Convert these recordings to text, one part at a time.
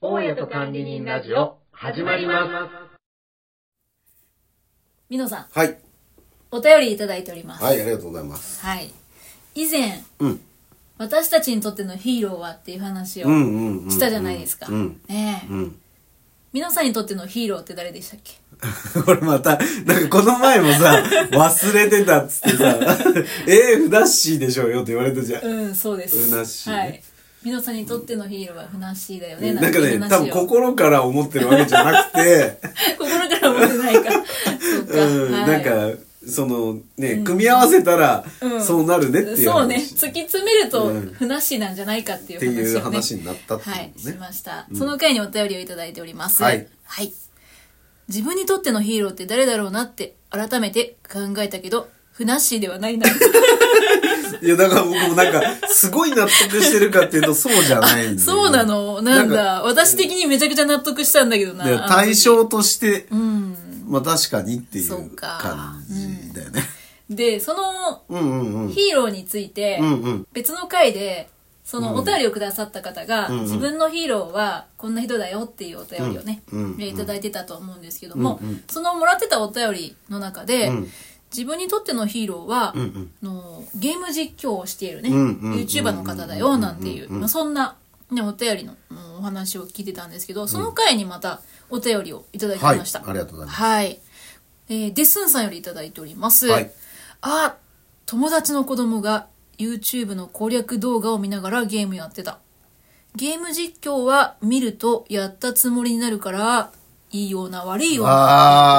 ト管理人ラジオ、始まりまみのさん、はい。お便りいただいております。はい、ありがとうございます。はい。以前、うん私たちにとってのヒーローはっていう話をうんうんうん。したじゃないですか。うん。ねえ、うん。みのさんにとってのヒーローって誰でしたっけ これまた、なんかこの前もさ、 忘れてたっつってさ、 えー、ふなっしーでしょうよって言われたじゃん。うん、そうです。ふなっしーねはい。みのさんにとってのヒーローはふなっしーだよね。なんかね、多分こ、心から思ってるわけじゃなくて、心から思って ないから。そうか。うん、はいなんか、そのね、組み合わせたら、そうなるねっていう話。そうね。突き詰めると、うんふなっしーなんじゃないかっていう話ってを、ね。いう話になったっていうはね。い、しました、その回にお便りをいただいております。はい。はい。自分にとってのヒーローって誰だろうなって改めて考えたけど、ふなっしーではないな。いや、だから僕もなんか、すごい納得してるかっていうと、そうじゃないんだよね そうなのなんだか私的にめちゃくちゃ納得したんだけどな。であの対象として、まあ確かにっていそううか感じだよね。で、そのうんうんうん。ヒーローについて、うんうん別の回で、そのお便りをくださった方が、うんうん自分のヒーローはこんな人だよっていうお便りをね、うんうんいただいてたと思うんですけども、そのもらってたお便りの中で、ん自分にとってのヒーローは、んあのゲーム実況をしているね、うんうんうんうん YouTuber の方だよなんていう、まあ、そんな、ね、お便りのうんお話を聞いてたんですけどその回にまたお便りをいただきました、はいありがとうございますはい、えーデスンさんよりいただいております、はいあ友達の子供が YouTube の攻略動画を見ながらゲームやってたゲーム実況は見るとやったつもりになるからいいような悪いよう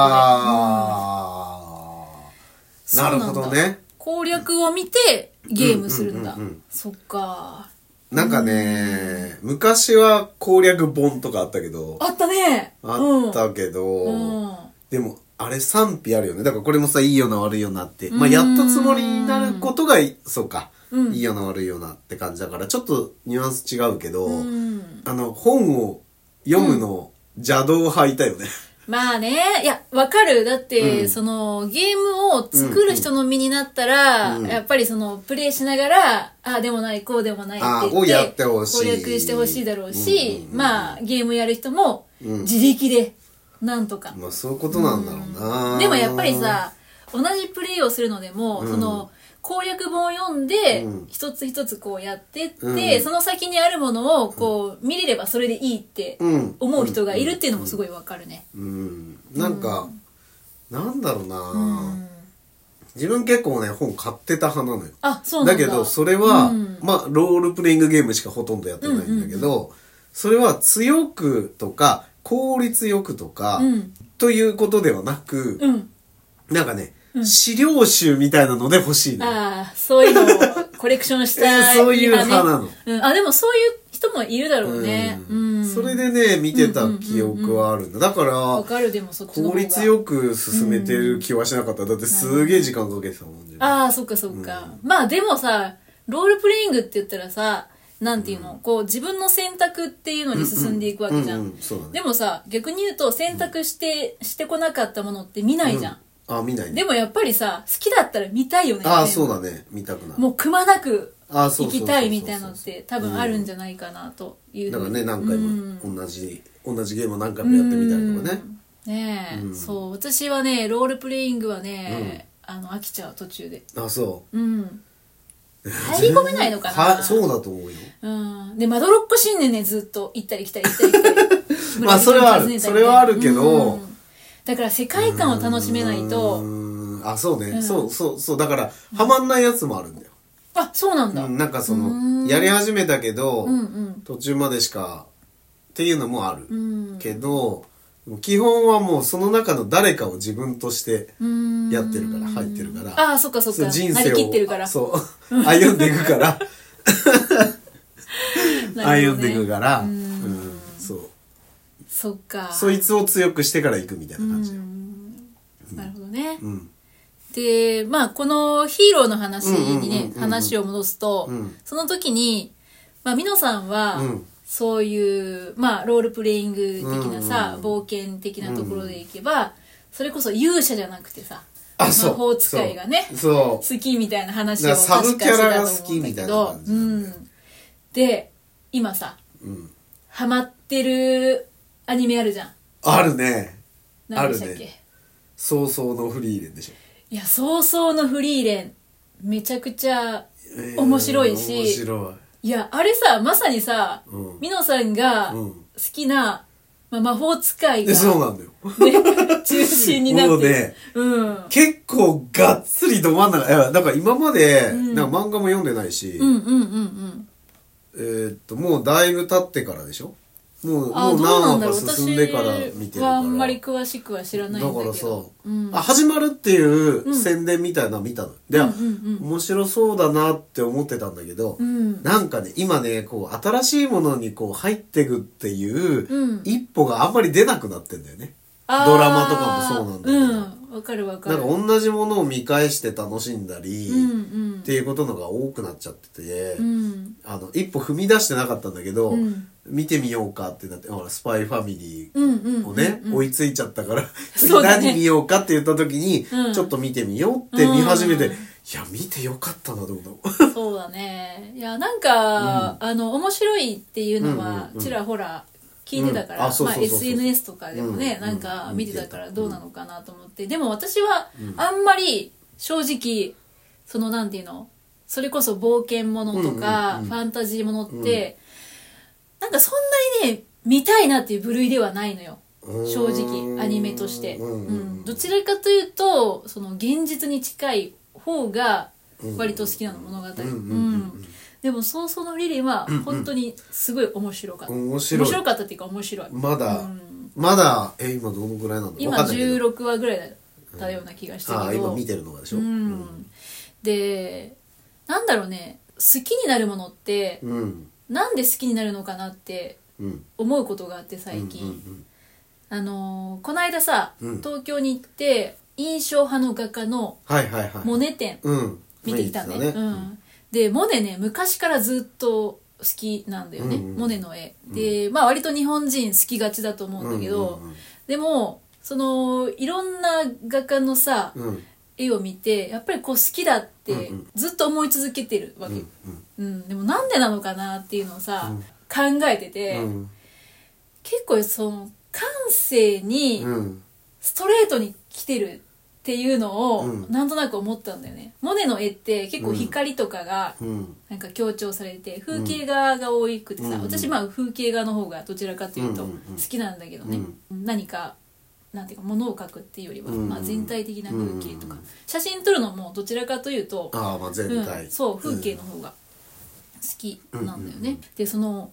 なあそあ。うなんるだほどね。攻略を見てゲームするんだ、うんうんうんうんそっかなんかね、昔は攻略本とかあったけど、あったねあっうんたけうんど、でも、あれ賛否あるよね。だからこれもさ、いいよな、悪いよなって。まあ、やったつもりになることが、そうか。いいよな、悪いよなって感じだから、ちょっとニュアンス違うけど、んあの、本を読むの、邪道派いたよね。まあね、いや、わかる。だって、うんその、ゲームを作る人の身になったら、やっぱりその、プレイしながら、ああでもない、こうでもないって言あっあて、をやってほしい攻略してほしいだろうし、うんうんうんまあ、ゲームやる人も、自力で、なんとか。 まあ、そういうことなんだろうな。でもやっぱり、さ、同じプレイをするのでも、その、攻略本を読んで、うん一つ一つこうやってって、うんその先にあるものを、こう、見れればそれでいいって、うん思う人がいるっていうのもすごいわかるね。うん、なんか、なんだろうな、自分結構ね、本買ってた派なのよ。あ、そうなんだだ。けど、それは、うんまあ、ロールプレイングゲームしかほとんどやってないんだけど、それは強くとか、効率よくとか、うんということではなく、うん。なんかね、資料集みたいなので欲しいのよ。ああ、そういうのをコレクションしたい。 えーそういう派なのねうん。あ、でもそういう人もいるだろうね。うん。それでね、見てた記憶はあるんだ。だから、わかる、でもそっちの方効が。率よく進めてる気はしなかった。だってすげえ時間かけてたもん自分ああ、そっかそっか。まあでもさ、ロールプレイングって言ったらさ、なんていうの、こう自分の選択っていうのに進んでいくわけじゃうんうんんうんそうだね。でもさ、逆に言うと選択して、してこなかったものって見ないじゃん。あ、見ないね。でもやっぱりさ、好きだったら見たいよね。ああ、そうだね。見たくなる。もうくまなくあ行そうそうきそうそうたいみたいなのって多分あるんじゃないかなというだふかうらにね、何回も同じ、同じゲームを何回もやってみたりとかね。ねえ、そう私はねロールプレイングはね、あの飽きちゃう途中であ、そう。うん入り込めないのかなはそうだと思うよ。うんでまどろっこしいねんねずっと行ったり来たり行ったり来たり まあそれはある村上さんそれはあるけどうんだから世界観を楽しめないうとーん。あ、そうね。そうそうそう。だから、ハマんないやつもあるんだよ。あそうなんだ、うんなんかその、やり始めたけどんうん、途中までしか、っていうのもあるん。けど、基本はもうその中の誰かを自分としてうんやってるから、入ってるから。ああそっかそっそうか人な生りをきってるからそう 歩んでいく からなるほど歩んねでいくからうんそうそっかそいつを強くしてから行くみたいな感じだよなるほどね、んでまあこのヒーローの話にうんうんうんねうんうん話を戻すと、んその時に、まあ、美濃さんは、うんそういう、まあ、ロールプレイング的なさ、冒険的なところでいけば、それこそ勇者じゃなくてさあそう魔法使いがねそう好きみたいな話をだからサ確ブかキャしてラたがと好思うきんだけみたいなど感、じうなんだよん、で今さうんハマっってるアニメあるじゃん。あるね。何でしたっあるけ、ね早々のフリーレンでしょ。いや、早々のフリーレン、めちゃくちゃ面白い面し、白い。いや、あれさ、まさにさうん、ミ、ノ、さんがうん好きな、まあ、魔法使いが、で、そうなんだよ。ね、 中心になってる。もうねうん。結構がっつりど真ん中、いや、だから今まで、んなんか漫画も読んでないし、うんうんうんうん。えーっと、もうだいぶ経ってからでしょもう、もうあ、どうなん何だ話ろかう。進んでから見て私るから。はあんまり詳しくは知らないんだだけど。からさ、うんあ、始まるっていううん宣伝みたいなの見たの。で、うんうん面白そうだなって思ってたんだけど、うんなんかね、今ね、こう、新しいものにこう入ってくっていう、うん一歩があんまり出なくなってんだよね。ドラマとかもそうなんだけどうん。わかるわかなんる。か同じものを見返して楽しんだり、うんうんっていうことのが多くなっちゃってて、うん。あの、一歩踏み出してなかったんだけど、うん見てみようかってなって、ほら、スパイファミリうんうんうーん。をね、追いついちゃっ たから、次そうだね何見ようかって言った時に、うんちょっと見てみようって見始めて、うんいや、見てよかったな、ど うだろう。そうだね。いや、なんか、あの、面白いっていうのはうんうんう、んちらほら、聞いてたかうんらあ、そうまあそうそうそう SNS とかでもうんうんね、うんなんか見てたからどうなのかなと思って。でも私は、あんまり、正直、その、なんていうの、それこそ冒険ものとか、うんうんうんファンタジーものって、なんかそんなにね、見たいなっていう部類ではないのよ。正直アニメとして、うんうんどちらかというとその現実に近い方が割と好きなの物語、うんうんうんでも「早々のリリン」は本当にすごい面白かった、面白いかったっていうか面白い、まだ、うんまだ、え、今どのくらいなんだろう今わかんないけど16話ぐらいだったような気がしてるああ、けど、今見てるのがでしょ。う。ん、でなんだろうね好きになるものってうん。なんで好きになるのかなってうん。思うことがあって最近、うんあのーこの間さ、うん東京に行って印象派の画家のはいはいはい。モネ展うん。見てきたね,、見に行っうてたねん、でモネね昔からずっと好きなんだよね、うんうんモネの絵で、まあ割と日本人好きがちだと思うんだけど、でもそのいろんな画家のさ、うん。うん絵を見てやっぱりこう好きだってうんうんずっと思い続けてるわうけ、うんんうんでもなんでなのかなっていうのをさ、考えてて、うん結構その感性に、うんストレートに来てるっていうのをうんなんとなく思ったんだよね、モネの絵って結構光とかがうんなんか強調されて風景画が多くてさ、うん私まあ風景画の方がどちらかというとうん好うんうんきなんだけどね、何かなんていうか物を描くっていうよりは、うんまあ、全体的な風景とか、うん写真撮るのもどちらかというと、ああまあ全体、うん、そう風景の方が好きなんだよね、うんうんうんでその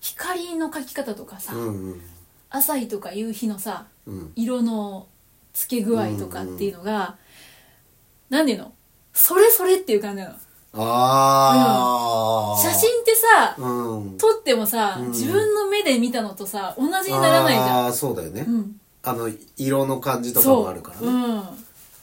光の描き方とかさ、うんうん朝日とか夕日のさうん色の付け具合とかっていうのが、なんていうのそれそれっていう感じなのああ、写真ってさ、うん撮ってもさ、うん自分の目で見たのとさ同じにならないじゃんああそうだよね、うんあの色の感じとかそもうあるからうねん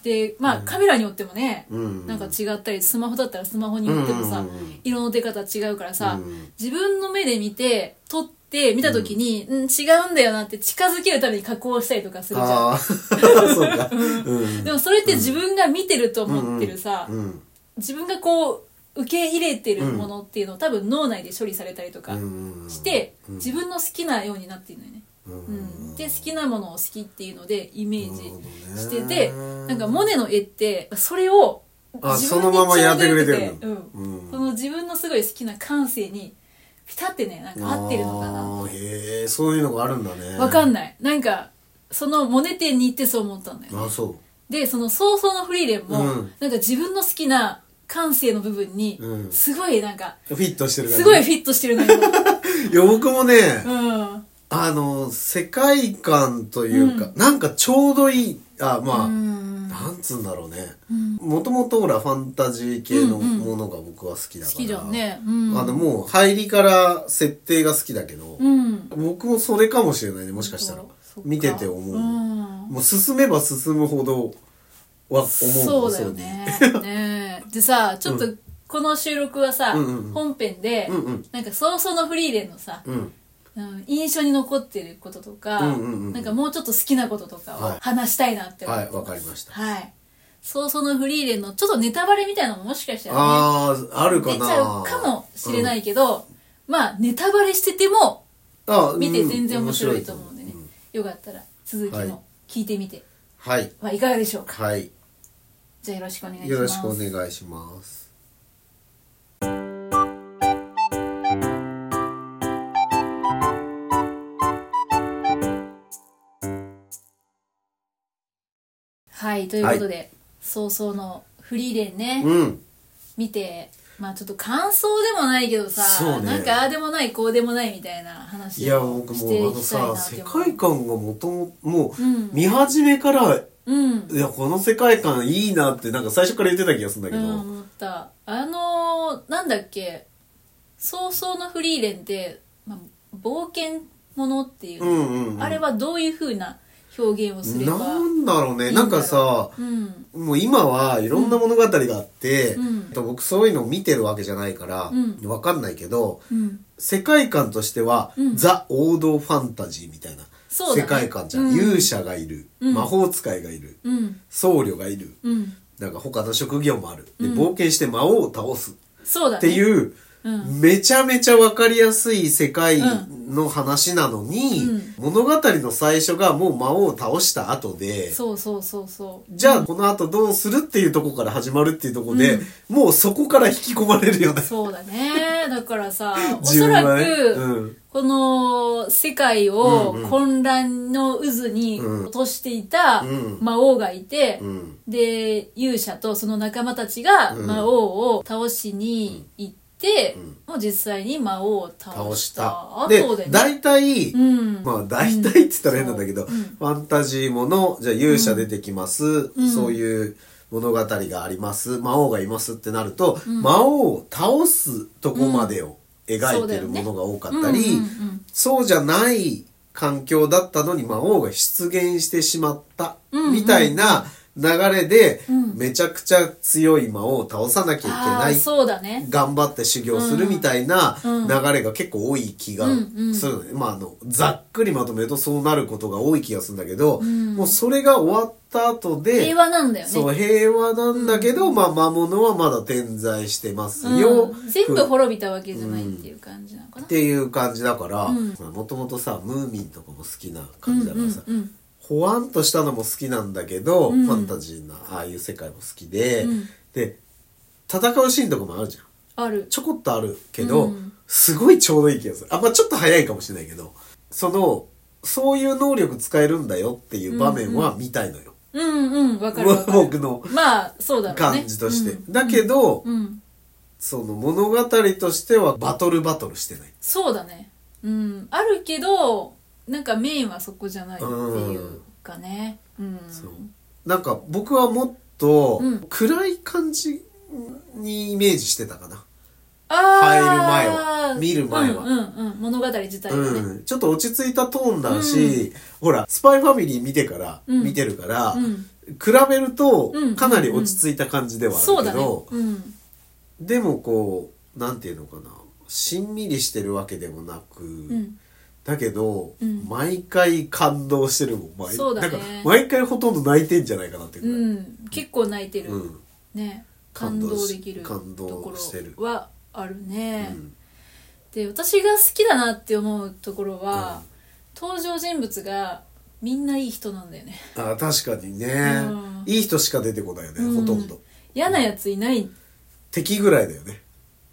でまあ、カメラによってもね、うんなんか違ったりスマホだったらスマホによってもさ、うんうんうん色の出方違うからさ、うん自分の目で見て撮って見た時に、うん、違うんだよなって近づけるために加工したりとかするじゃんあ あそうかうんでもそれって自分が見てると思ってるさ、うん自分がこう受け入れてるものっていうのを多分脳内で処理されたりとかうんして、うん自分の好きなようになってるのよね、ううんん、で好きなものを好きっていうのでイメーなるジほどねしててなんかモネの絵ってそれをあ自そ分のにままちょやうっどてくよれてくるてんだううんんその自分のすごい好きな感性にピタってねなんか合ってるのかなあーへえそういうのがあるんだねわかんないないなんかそのモネ展に行ってそう思ったんだよねあそうでその早々のフリーレンも、うんなんか自分の好きな感性の部分にうんすごいなんか、フィットしてるから、すごいフィットしてるのよ、 いや僕もね、うん、あの、世界観というか、なんかちょうどいい、あ、まあ、なんつうんだろうね。もともとほら、ファンタジー系のものが僕は好きだから。好きだよねうんあの、もう、入りから設定が好きだけど、うん僕もそれかもしれないね、もしかしたらそっ。か見てて思う。うんもう、進めば進むほどは思う。そうだよねねえでさちょっとこの収録はさ、うんうんうん本編で、うんうんなんか早々のフリーレンのさ、そうに。うん。うん印象に残ってることとか、うんうんうんなんかもうちょっと好きなこととかはをい話したいなって思はい、うわかりました。はい、早々のフリーレンのちょっとネタバレみたいなのももしかしたらねあー、あるか出なちゃうかもしれないけど、まあネタバレしててもあ見てうん全然面白いと思うんでね、面白いよかったら続きはいも聞いてみてはいはいかがでしょうかはいじゃあよろしくお願いしますよろしくお願いしますはいということで、早々のフリーレンね、うん見てまあちょっと感想でもないけどさ、そうねなんかああでもないこうでもないみたいな話いや僕もうあのさしてい世きたいなって思う界観がもとももう、うん見始めからうんいやこの世界観いいなってなんか最初から言ってた気がするんだけうど、ん、思ったあのーなんだっけ早々のフリーレンって、まあ、冒険ものっていう,、うんうんうんあれはどういうふうな表現をすればなんだろうねいいんだろうなんかさうんもう今はいろんな物語があって、うんえっと僕そういうのを見てるわけじゃないから、うんわかんないけどうん世界観としては、うんザ・王道ファンタジーみたいなそうだね世界観じゃん、うん勇者がいる、うん魔法使いがいるうん僧侶がいるうんなんか他の職業もあるでうん冒険して魔王を倒すそうだねってう、いう、ん、めちゃめちゃ分かりやすい世界の話なのに、うん物語の最初がもう魔王を倒した後で、そうそうそうそうじゃあこの後どうするっていうとこから始まるっていうとこで、もうそこから引き込まれるよね。そうだねだから さお自そ分らはねく、うんこの世界をうんうん混乱の渦にうん落としていたうん魔王がいて、うん。で勇者とその仲間たちがうん魔王を倒しに行って、うんもう実際に魔王を倒倒ししたた。で後で、ね大体、うんまあ大体って言ったら変なんだけど、うんそううんファンタジーもの、じゃあ勇者出てきます、んそういう物語があります、魔王がいますってなると、魔王を倒すとこまでを描いてるものが多かっうんたり、うんうんうんそうじゃない環境だったのに魔王が出現してしまった、うんうんみたいな流れで、んめちゃくちゃ強い魔王を倒さなきゃいけあなーいそうだね頑張って修行するみたいなうん流れが結構多い気がするのね、まああのざっくりまとめるとそうなることが多い気がするんだけど、んもうそれが終わった後で平和なんだよねそう平和なんだけど、まあ魔物はまだ点在してますよ、うん全部滅びたわけじゃないっていう感じなのかなっ、ていう感じだから、んもともとさムーミンとかも好きな感じだからさ、うんうんうんほわんとしたのも好きなんだけど、うんファンタジーなああいう世界も好きで、うんで戦うシーンとかもあるじゃんあるちょこっとあるけど、うんすごいちょうどいい気がする。あ、まあちょっと早いかもしれないけど、その、そういう能力使えるんだよっていう場面は見たいのよ。うんうんわかるわかる僕のまあそうだろうね感じとして。うんだけど、うん、その物語としてはバトルバトルしてない。そうだねうんあるけどなんかメインはそこじゃないっていうかねうんそうなんか僕はもっとうん暗い感じにイメージしてたかな。あー入る前は見る前はうんうんうん、物語自体がね、うん、ちょっと落ち着いたトーンだし、ほら、スパイファミリー見てから、うん見てるから、うん比べるとうん、かなり落ち着いた感じではあるそうけだど、ね、うん、でもこうなんていうのかなしんみりしてるわけでもなく、んだけど、うん毎回感動してるもん毎そうだねなんか毎回ほとんど泣いてんじゃないかなっていううぐらい、ん、結構泣いてる、うんね感感動動しできると感動こしてるろはあるね、うんで私が好きだなって思うところは、登場人物がみんないい人なんだよねあ確かにね、うんいい人しか出てこないよね、うんほとんど嫌なやついない敵ぐらいだよね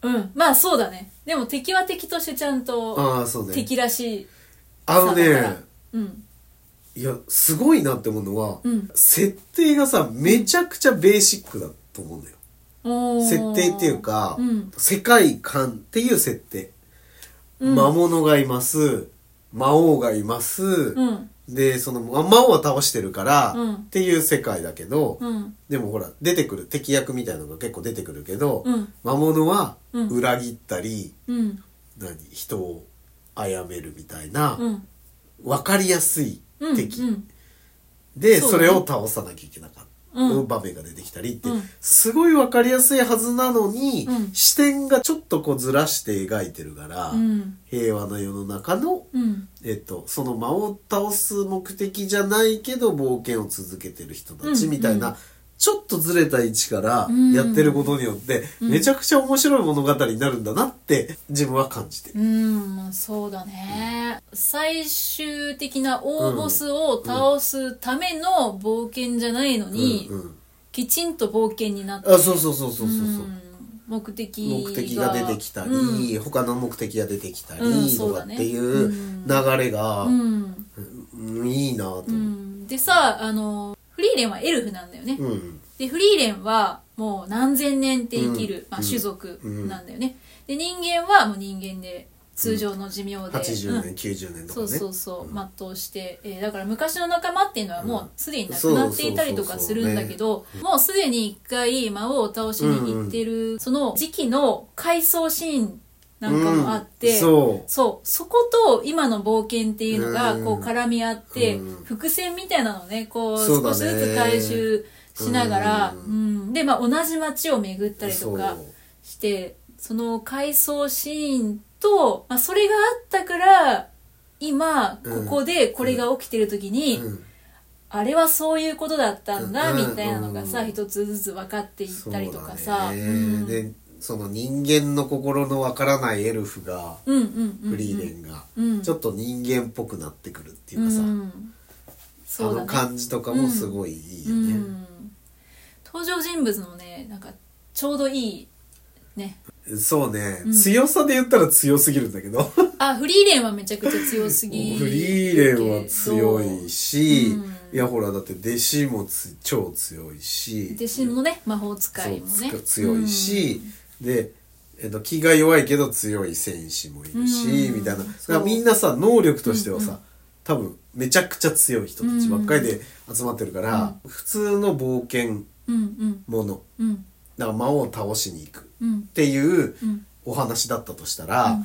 うんまあそうだねでも敵は敵としてちゃんとああそうね敵らしいあのさだからねうんいやすごいなって思うのは、うん設定がさめちゃくちゃベーシックだと思うんだよおー設定っていうか、うん世界観っていう設定、魔物がいます魔王がいます、うんでそのま魔王は倒してるから、うんっていう世界だけど、うんでもほら出てくる敵役みたいなのが結構出てくるけど、うん魔物はうん裏切ったり、うん何人を殺めるみたいな、うん分かりやすいうん敵、うんでそうそ,、だねれを倒さなきゃいけなかった、うん場面が出てきたりって、うんすごい分かりやすいはずなのに、うん視点がちょっとこうずらして描いてるから、うん平和な世の中の、うんえっと、その魔を倒す目的じゃないけど冒険を続けてる人たちみたいな、うんちちょっとずれた位置からやってることによって、めちゃくちゃ面白い物語になるんだなって自分は感じてる。うんそうだね、最終的な大ボスを倒すための冒険じゃないのに、うんうんきちんと冒険になってあ、そうそうそうそうそうそう。うん目的目的が出てきたり、うん他の目的が出てきたり、うんそうとかだっねていう流れが、うんうんいいなと思う。うんでさあのフリーレンはエルフなんだよね、うん。でフリーレンはもう何千年って生きる、まあ、種族なんだよね、で人間はもう人間で通常の寿命で、 80う年、ん90年とかそね。うそうそう、全うして、えーだから昔の仲間っていうのはもうすでに亡くなっていたりとかするんだけど、もうすでに一回魔王を倒しに行ってる、その時期の回想シーンなんかもあって、うんそうそうそこと今の冒険っていうのがうんこう絡み合って、うん伏線みたいなのをねこうそうだ少ねしずつ回収しながら、ううんんで、まあ、同じ街を巡ったりとかそうしてその回想シーンと、まあ、それがあったから今うこんこでこれが起きてる時に、うんあれはそういうことだったんだ、うんみたいなのがさ、うん一つずつ分かっていったりとかそさ。うだねうんでその人間の心のわからないエルフが、うんうんうん、フリーレンが、うんちょっと人間っぽくなってくるっていうかさ、うんそうあだのね感じとかもすごいいいうよね、ん、登場人物のねなんかちょうどいいねそうね、強さで言ったら強すぎるんだけどフあフリーレンはめちゃくちゃ強すぎリーレンは強いし、うんいやほらだって弟子もつ超強いし弟子のね魔法使いもそうねつ強い、し、で、えっと、気が弱いけど強い戦士もいるし、うんみたいなだかそうらみんなさ能力としてはさ、多分めちゃくちゃ強い人たちばっかりで集まってるから、普通の冒険うん、うんものうんうんだから魔王を倒しに行くうんっていううんお話だったとしたら、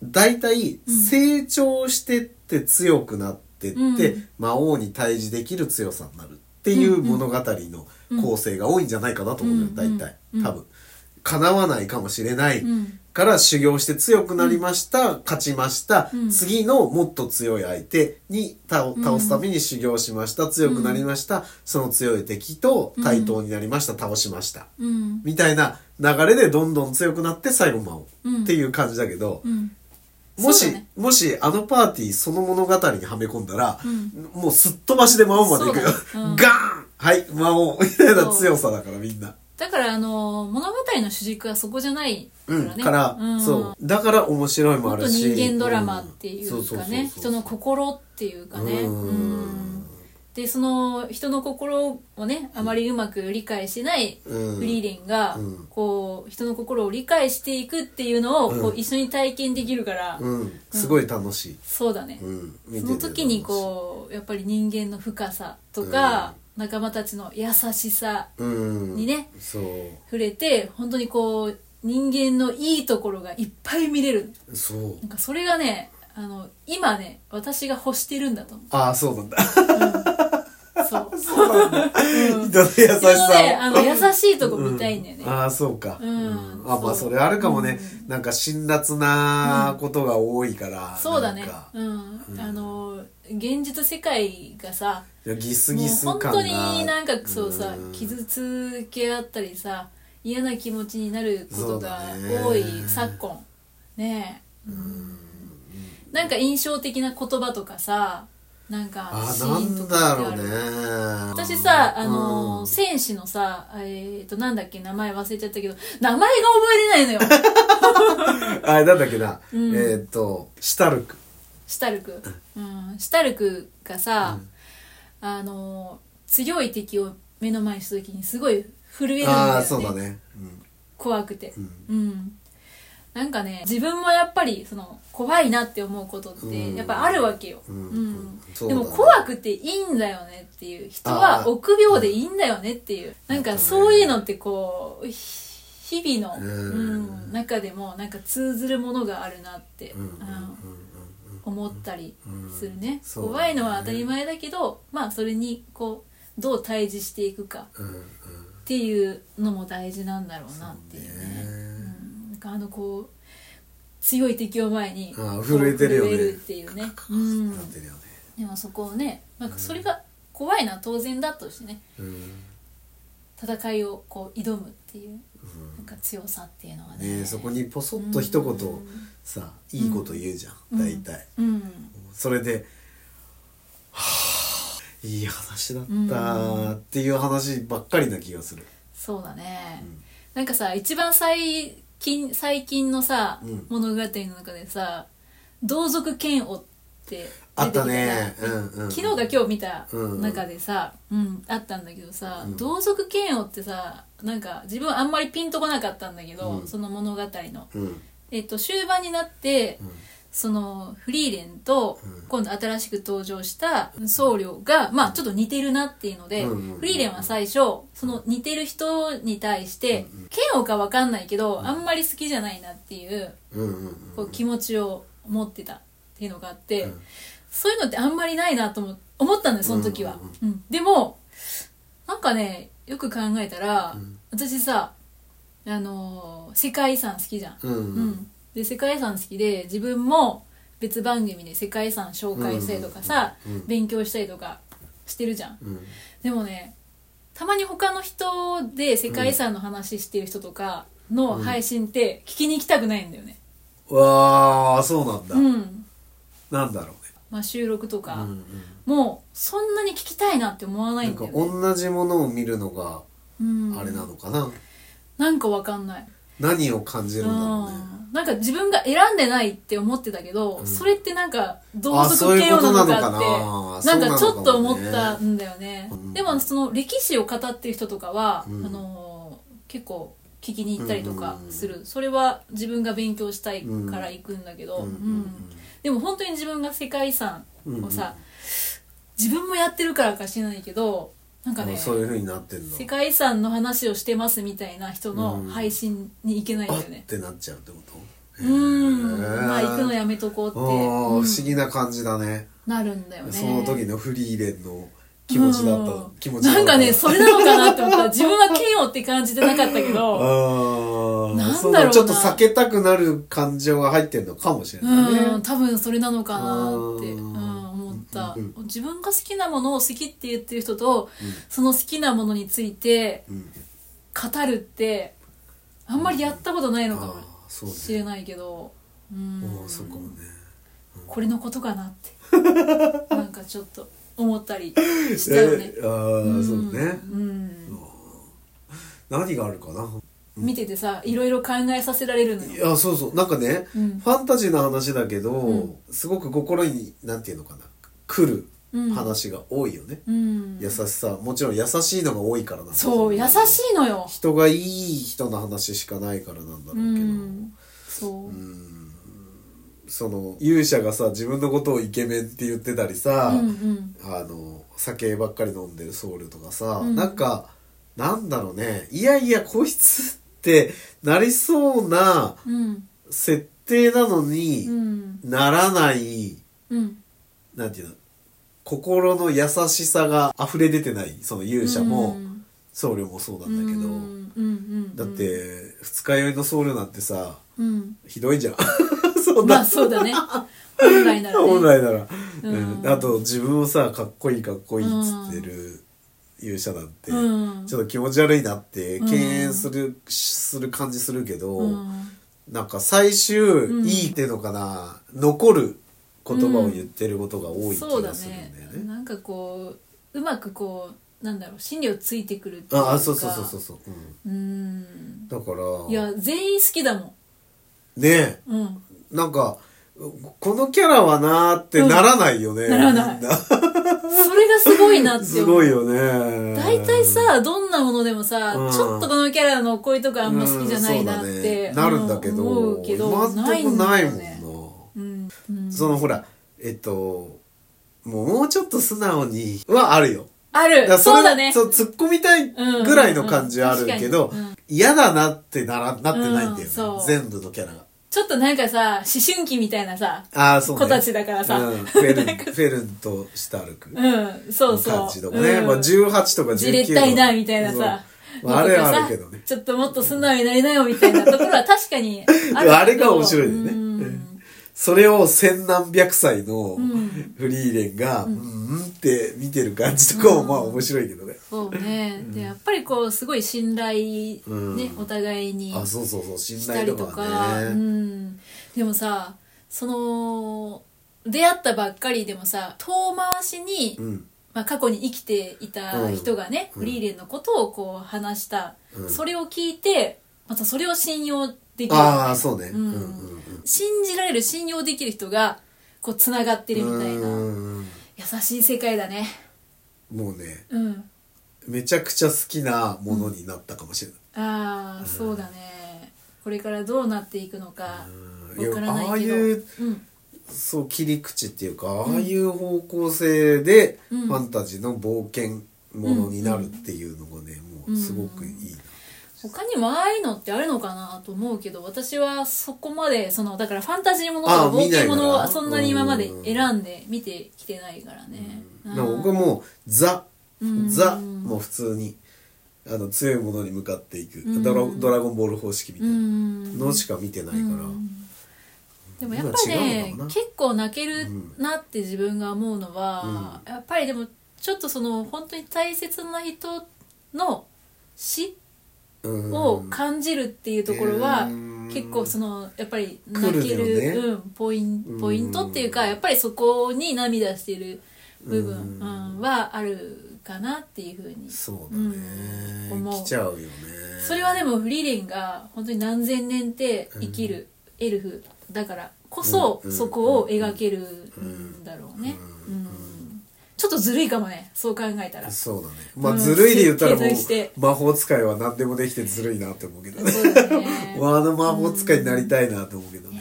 大体成長してって強くなってって、うん魔王に対峙できる強さになるっていう物語の構成が多いんじゃないかなと思うよ、うん大体うん多分。叶わないかもしれないうんから修行して強くなりました、勝ちました、うん次のもっと強い相手に倒倒すために修行しました、強くなりました、その強い敵と対等になりました、倒しました。うんみたいな流れでどんどん強くなって最後魔王うんっていう感じだけど、うんもし、そうだねもしあのパーティーその物語にはめ込んだら、うんもうすっ飛ばしで魔王まで行くよ。そうだねうんガーンはい、魔王みたいなそう強さだからみんな。だからあの物語の主軸はそこじゃないかうらんね、、から、んそう。だから面白いももあっとるし。人間ドラマっていうかね人の心心っていうかねうんうんでその人の心をねあまりうまく理解しないうんフリーレンがうんこう人の心を理解していくっていうのをこうう一緒に体験できるからうん、すごい楽しい。そうだねうん。見てそての時にこうやっぱり人間の深さとか仲間たちの優しさう、うん。にね。そう。触れて本当にこう人間のいいところがいっぱい見れるそうな。んかそれがねあの今ね私が欲してるんだと思ああ、そうなんだ。 うそうそうなんだ。 人の優しさ人のねを。あの優しいとこ見たいんだよね、ああそうか、うんあまあそそうれあるかもね、なんか辛辣なことが多いから、そうだねなんかうん、あの現実世界がさいやギスもギうス本感が当になんかそうさ、ん傷つけ合ったりさ嫌な気持ちになることがそうだね多い昨今ねえ、うんなんか印象的な言葉とかさなんかあシなーンとんかだってあろうるね私さ、あのーうん戦士のさ、えっ、と、なんだっけ、名前忘れちゃったけど、名前が覚え れないのよ。あれなんだっけな、うんえっ、とシュタルクシュタルク。うん、シュタルクがさ、あのー強い敵を目の前にした時にすごい震えるんだよ、ね。ああそうだね、怖くて。うんうん。なんかね、自分もやっぱり、その、怖いなって思うことっうんて、やっぱあるわけよ。ううんん。そうでだねも怖くていいんだよねっていう。人あはー臆病でいいんだよねっていう。なんかそういうのってこう、ひ日々の、ううんん、中でも、なんか通ずるものがあるなって、うんうんうんうん思ったりするね。そうだね怖いのは当たり前だけど、まあそれに、こう、どう対峙していくか。うんうっんていうのも大事なんだろうなっていうねそうねうん、なんかあのこう強い敵を前にあーこう震えてるよね震えるっていうね、ううんんな、ってるよねでもそこをねなんかそれが怖いのは当然だとしてねうん戦いをこう挑むっていう、なんか強さっていうのはねねえそこにポソッと一言さいいこと言うじゃん大体うんそれで「はあいい話だった」っていう話ばっかりな気がするそうだね、なんかさ一番最近最近のさ、うん物語の中でさ「同族嫌悪」ってあ出てっきたたねうんうん昨日が今日見たうん中でさ、うんあったんだけどさ、うん同族嫌悪ってさなんか自分あんまりピンとこなかったんだけど、うんその物語の。うんえっと、終盤になって、んそのフリーレンとうん今度新しく登場した僧侶が、まあちょっと似てるなっていうので、うんうんうんフリーレンは最初その似てる人に対して、嫌悪か分かんないけどあんまり好きじゃないなっていううんうんうんこう気持ちを持ってたっていうのがあって、うんそういうのってあんまりないなと思思ったんだよその時は、うんでもなんかねよく考えたら、私さあのー世界遺産好きじゃん、うんうんうんで世界遺産好きで自分も別番組で世界遺産紹介したりとかさ、うんうんうん勉強したりとかしてるじゃんうんでもねたまに他の人で世界遺産の話してる人とかの配信って聞きに行きたくないんだよねわあそうなんだ、うん、なんだろうねまあ、収録とか、うんうんもうそんなに聞きたいなって思わないなんんだかよね同じものを見るのがうんあれなのかな、なんかわかんない何を感じるんだろうねうんなんか自分が選んでないって思ってたけど、それってなんか同あそう族いう嫌悪ことなのなのかかってななんかちょっと思そうっなのたかんだよね、うんでもその歴史を語ってる人とかは、んあのー結構聞きに行ったりとかうんする、それは自分が勉強したいから行くんだけど、うんうんでも本当に自分が世界遺産をさ、自分もやってるからか知らないけどなんかあねそういうふうになってんの世界遺産の話をしてますみたいな人の配信に行けないんあだっよね。てなっちゃうってことうん、へえまあ行くのやめとこうって、あーうん不思議な感じだね、なるんだよね。その時のフリーレンの気持ちだった、うん気持ちだっなたんかね、それなのかなって思った。自分は嫌悪って感じてなかったけ あど、ーなんだろうなそのちょっと避けたくなる感情が入ってるのかもしれないね、うん、多分それなのかなって、う、うんん思った、うん自分が好きなものを好きって言ってる人と、その好きなものについてうん語るって、あんまりやったことないのかあーそうもねしれないけど、うんおーそうかもねこれのことかな ってなんかちょっと思ったりしちゃうねえあーそうね、うん、何があるかな見ててさいろいろ考えさせられるのいよやそうそうなんかね、うんファンタジーな話だけど、んすごく心になんていうのかな来うんる話が多いよね、うん優しさもちろん優しいのが多いからなんだそう優しいのよ人がいい人の話しかないからなんだろうけうど、んそう、その勇者がさ自分のことをイケメンって言ってたりさ、うんうんあの酒ばっかり飲んでる僧侶とかさ、うんなんかなんだろうねいやいやこいつってなりそうなうん設定なのに、うんならない、うんなんていうの、心の優しさが溢れ出てない、その勇者も、うん僧侶もそうなんだけど、うんうんうんだって、二日酔いの僧侶なんてさ、うんひどい じゃん。そんまあな、そうだね本来なら、ね、 本来なら、うんうんあと、自分をさ、かっこいいかっこいいっつってる勇者なんて、うんちょっと気持ち悪いなって、うん敬遠する、する感じするけど、うんなんか最終、んいいっていうのかな、残る言葉を言ってることが多い気そうだがするんだよねね。なんかこううまくこうなんだろう心理をついてくるっていうかああそうそうそうそうそう、ううん、んだからいや全員好きだもねんうんえなんかこのキャラはなーってならないよね、ならない みんなそれがすごいなってす思うごいよね大体さどんなものでもさ、うんちょっとこのキャラのこういうとこあんま好きじゃないなっうんそうて、だねなるんだけど,、思うけど今んとこないもんなないいんもだよねんうんうんなそのほらえっともうもうちょっと素直にはあるよあだからるそれそうだねそう突っ込みたいぐらいの感じはあるけど、うんうんうん確嫌だなってならなってないんだよねうん、そう全部のキャラがちょっとなんかさ思春期みたいなさああそうね子たちだからさうん、フェルンフェルンとシュタルクのうんそうそう感じとかね、うんまあ、18とか19じれったいなみたいなさそうまあ、あれはあるけどねちょっともっと素直になりなよみたいなところは確かにあるけどあれが面白いよねうんそれを千何百歳のんフリーレンが、うん、うんって見てる感じとかもまあ面白いけどね。そうね、でやっぱりこうすごい信頼ね、うんお互いにあ、そうそうそう、信した頼りととかか、うね。ん、でもさその出会ったばっかりでもさ遠回しに、うん。まあ、過去に生きていた人がね、うんフリーレンのことをこう話した、うんそれを聞いてまたそれを信用できるああ、そうね。うんうんうん信じられる信用できる人がこうつながってるみたいなうん優しい世界だねもうね、うんめちゃくちゃ好きなものになったかもしれない。ああ、そうだねこれからどうなっていくのかうんいやわからないけどああいううんそう切り口っていうかああいう方向性でうフんァンタジーの冒険ものになるっていうのがねもうすごくいいな他にもああいうのってあるのかなと思うけど私はそこまでそのだからファンタジーものとあかー見冒ない険もからのはそんなに今まで選んで見てきてないからね、だから僕うはもうザうんザもう普通にあの強いものに向かっていくうんドラドラゴンボール方式みたいなんのしか見てないからうんでもやっぱり今違ねうのかな結構泣けるなって自分が思うのは、やっぱりでもちょっとその本当に大切な人の死うんを感じるっていうところは、うん結構そのやっぱり来る泣けるよねうん、ポインうんポイントっていうかやっぱりそこに涙してる部分、うんはあるかなっていうふうにそうだねうん思う来ちゃうよねそれはでもフリーレンが本当に何千年って生きるエルフだからこそうんそこを描けるんだろうね、うん、ちょっとずるいかもねそう考えたら。そうだねまうあんずるいで言ったらもう設計として魔法使いは何でもできてずるいなって思うけどねそうだ ねワード魔法使いになりたいなと思うけどね。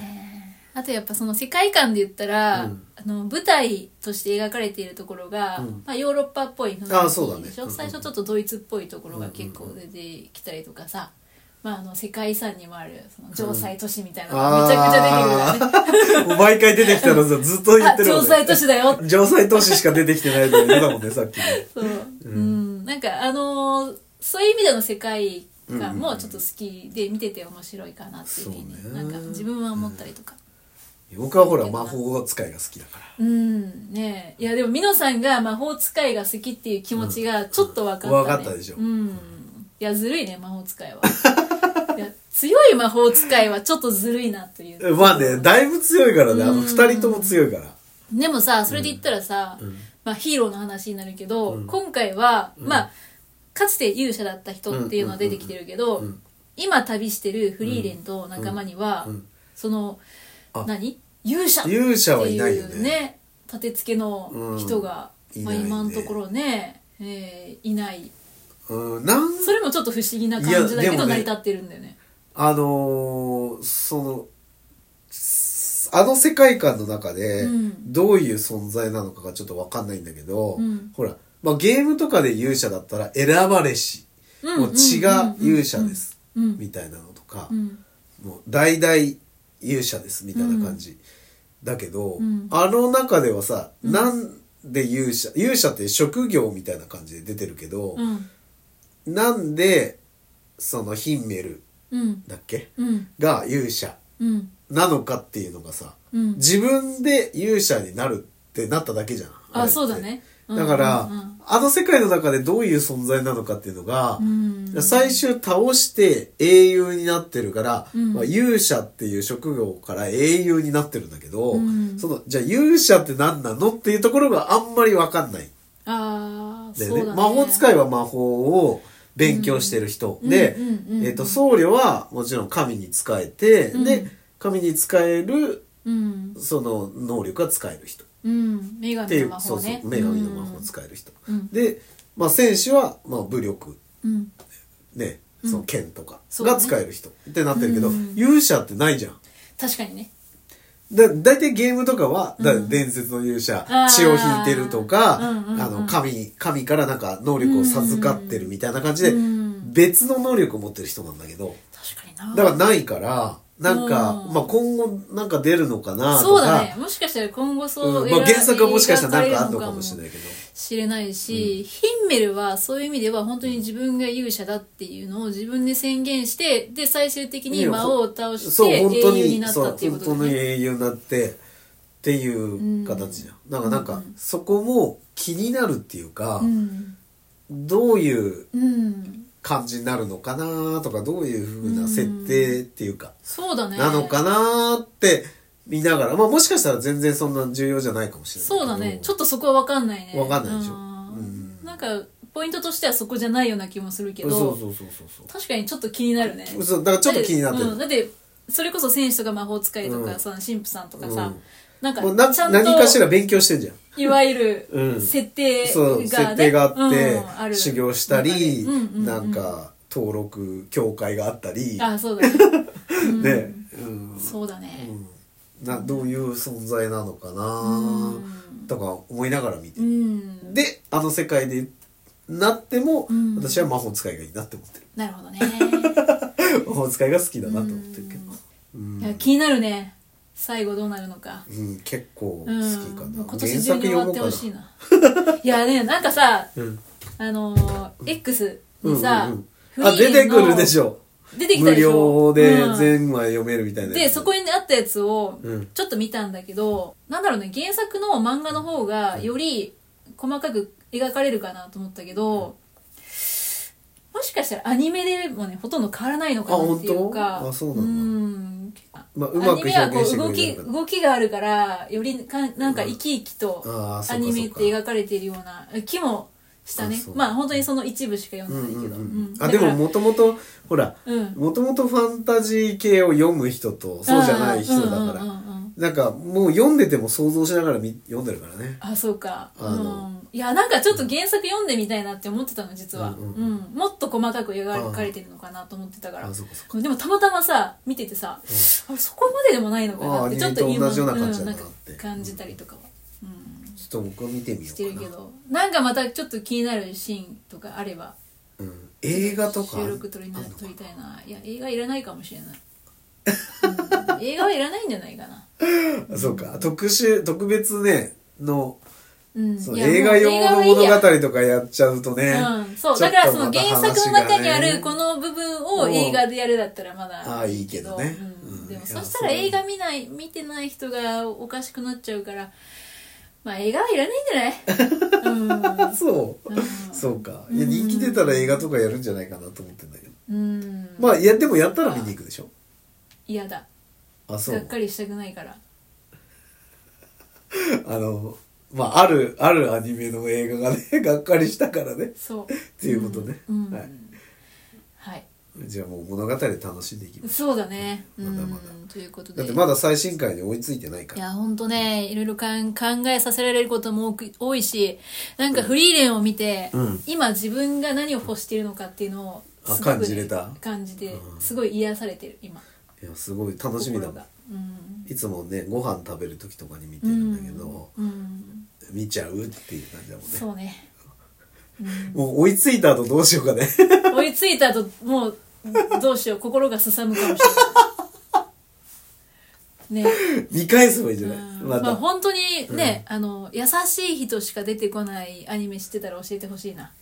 あとやっぱその世界観で言ったら、うんあの舞台として描かれているところが、うんまあ、ヨーロッパっぽい雰囲気あそうだねでしょうんうん最初ちょっとドイツっぽいところが結構出てきたりとかさ、まあ、あの世界遺産にもあるその城塞都市みたいなのがめちゃくちゃ出てくるからね、もう毎回出てきたらさ、ずっと言っあてる城塞都市。市だよ城塞都市しか出てきてないのに言ってたもんね、さっきも。そう、 うんなんかあのーそういう意味での世界観もちょっと好きで見てて面白いかなっていうふうに、そうねなんか自分は思ったりとか。僕はほら、魔法使いが好きだから。うんねえいやでも美濃さんが魔法使いが好きっていう気持ちがちょっと分かった、ねうん分かったでしょうんいやずるいね魔法使 いはいや強い魔法使いはちょっとずるいなというまあね、だいぶ強いからね、あの二人とも強いから。でもさそれで言ったらさ、まあ、ヒーローの話になるけど、今回は、まあかつて勇者だった人っていうのは出てきてるけど、今旅してるフリーレンと仲間には、そのあ何勇者勇者っはていいないようね。ね立て付けの人が、うんまあ、いないね今のところね、えーいないうん、なん、それもちょっと不思議な感じだけいやでもどね成り立ってるんだよねあのー、その、あの世界観の中でうんどういう存在なのかがちょっとわかんないんだけど、うんほら、まあ、ゲームとかで勇者だったら選ばれし、うんもう血が勇者です、うんみたいなのとか、うんもう代々勇者ですみたいな感じ、だけど、んあの中ではさ、なんで勇者勇者って職業みたいな感じで出てるけど、うんなんでそのヒンメルうんだっけうんが勇者うんなのかっていうのがさ、うん自分で勇者になるってなっただけじゃん。あれってそうだねうんだから、うんうんあの世界の中でどういう存在なのかっていうのが、うん最終倒して英雄になってるから、んまあ、勇者っていう職業から英雄になってるんだけど、うんそのじゃあ勇者って何なのっていうところがあんまり分かんないんああだそうよだねね魔法使いは魔法を勉強してる人、で、うんうんえっと僧侶はもちろん神に仕えて、うんで神に仕えるうんその能力が使える人っうん女て神のいう魔そ法うそうね女神の魔法を使える人、うんで、まあ、戦士は、まあ、武力うんね、その剣とかそうねが使える人ってなってるけど、うん勇者ってないじゃん。確かにねだ大体ゲームとかは、だ伝説の勇者あー、血を引いてるとか、うんうんうんあの、神、神からなんか能力を授かってるみたいな感じでう、ん別の能力を持ってる人なんだけど、確かになだからないから、なんか、うんまあ今後なんか出るのかなとかそうだねもしかしたら今後そう、うんまあ、原作はもしかしたらなんかあるのかもしれいないけど知れないし、ヒンメルはそういう意味では本当に自分が勇者だっていうのを自分で宣言してで最終的に魔王を倒してそう英本当雄にになっそたうっていう本こ当とだのね英雄になってっていう形じゃん、なんかなんか、そこも気になるっていうか、うんどういううん感じになるのかなとかどういうふうな設定っていうか、そうだねなのかなって見ながら、まあ、もしかしたら全然そんな重要じゃないかもしれないけどそうだねちょっとそこは分かんないねわかんないでしょうんうんなんかポイントとしてはそこじゃないような気もするけどそうそうそうそうそう確かにちょっと気になるねそうだからちょっと気になってるうんだってそれこそ選手とか魔法使いとかさ、神父さんとかさ、うんなんかもうなちゃんと何かしら勉強してんじゃんいわゆるうん設定が、ねそう設定があって、うんある修行したり、うんうんうんなんか登録協会があったり、あそうだねね、うんそうだねなどういう存在なのかなうとか思いながら見てう、んであの世界でなっても、ん私は魔法使いがいいなって思ってなるほどねる 魔法使いが好きだなと思ってるけど、いや気になるね最後どうなるのかうん結構好うんきかな、もう今原年作中に終読わもっうてかほなしいないやねなんかさうんあのー X にさ、うんうんフリうんーあの出てくるでしょ出てきた無でしょ料でうん全話読めるみたいなでやつ、そこにあったやつをうんちょっと見たんだけど、なんだろうね原作の漫画の方がより細かく描かれるかなと思ったけど、もしかしたらアニメでもねほとんど変わらないのかなっていうあ本か当あそうなんだんまあ、うアまニくメは表こ現しうてく動れきるのかな動きがあるからよりかなんか生き生きとあーそうかアニメって描かれているような気もしたねあそうまあ本当にその一部しか読んでないけど、うんうんううんんあでだかもらもともとほらうんもともとファンタジー系を読む人とそうじゃない人だから、うんうんうんうんなんかもう読んでても想像しながらみ読んでるからねあそうかうあのんいやなんかちょっと原作読んでみたいなって思ってたの実は、ううんんうんもっと細かく描かれてるのかなと思ってたからあそうかそうでもたまたまさ見ててさ、あれそこまででもないのかなってあちょっと今アニメと同じような感じだなうんってんか感じたりとかは、うん、ちょっと僕は見てみよしてうるかけな、どなんかまたちょっと気になるシーンとかあればうん、映画とか収録撮りなあんの撮りたいないや映画いらないかもしれない、うん映画はいらないんじゃないかな、あそうか特集特別ねのうん、そういやもう映画用映画のはいいや物語とかやっちゃうとね、うん、そうちょだっからそとのまた原話が作の中にあるねこの部分を映画でやるだったらまだああいいけどねうんうんでもいそやしたらそう映画見ない見てない人がおかしくなっちゃうからまあ映画はいらないん じゃないうんあそう、そうかいや人気出たら映画とかやるんじゃないかなと思ってんだけど、うんまあいやでもやったら見に行くでしょ嫌だあそがっうかりしたくないからあの、まあ、ある、あるアニメの映画がね、 がっかりしたからね、っそうていうことね。うんはい。はいじゃあもう物語楽しんでいきます。そうだねうまだんまだということでだってまだ最新回に追いついてないかいら。や、ほんとね、いろいろかん考えさせられることも多く多いし、なんかフリーレンを見て、うん今自分が何を欲しているのかっていうのをあすごくね、感じれた感じて、うんすごい癒されてる、今。いや、すごい楽しみだ心もんが。うん。いつもね、ご飯食べる時とかに見てるんだけど、うん。見ちゃうっていう感じだもんね。そうね。もう追いついた後どうしようかね。 追いついた後、もう、どうしよう、心がすさむかもしれない。ね。見返せばいいんじゃないうんままあた。本当にね、あの、優しい人しか出てこないアニメ知ってたら教えてほしいな。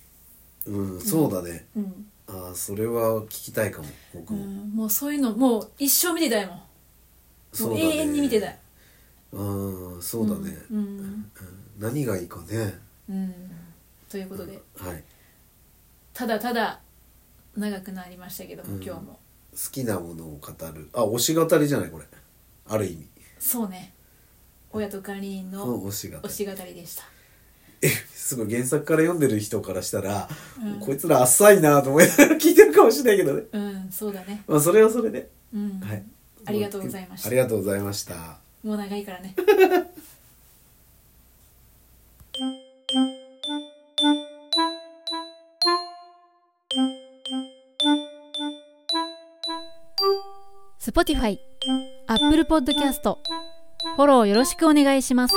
うん、そうだね。うん。ああ、それは聞きたいかも、僕うも。んもうそういうのもう一生見てたいもんもうそうだね。永遠に見てたい。うん、そうだね。うんうんうん何がいいかね。うんということではい。ただただ長くなりましたけども、うん今日も好きなものを語るあ推し語りじゃないこれある意味そうね親と管理員のの推し語推りし語りでしたえすごい原作から読んでる人からしたら、こいつら浅いなと思いながら聞いてるかもしれないけどねうんそうだねまあそれはそれで、うん、はいありがとうございましたありがとうございましたもう長いからね Spotify、Apple Podcast、フォローよろしくお願いします。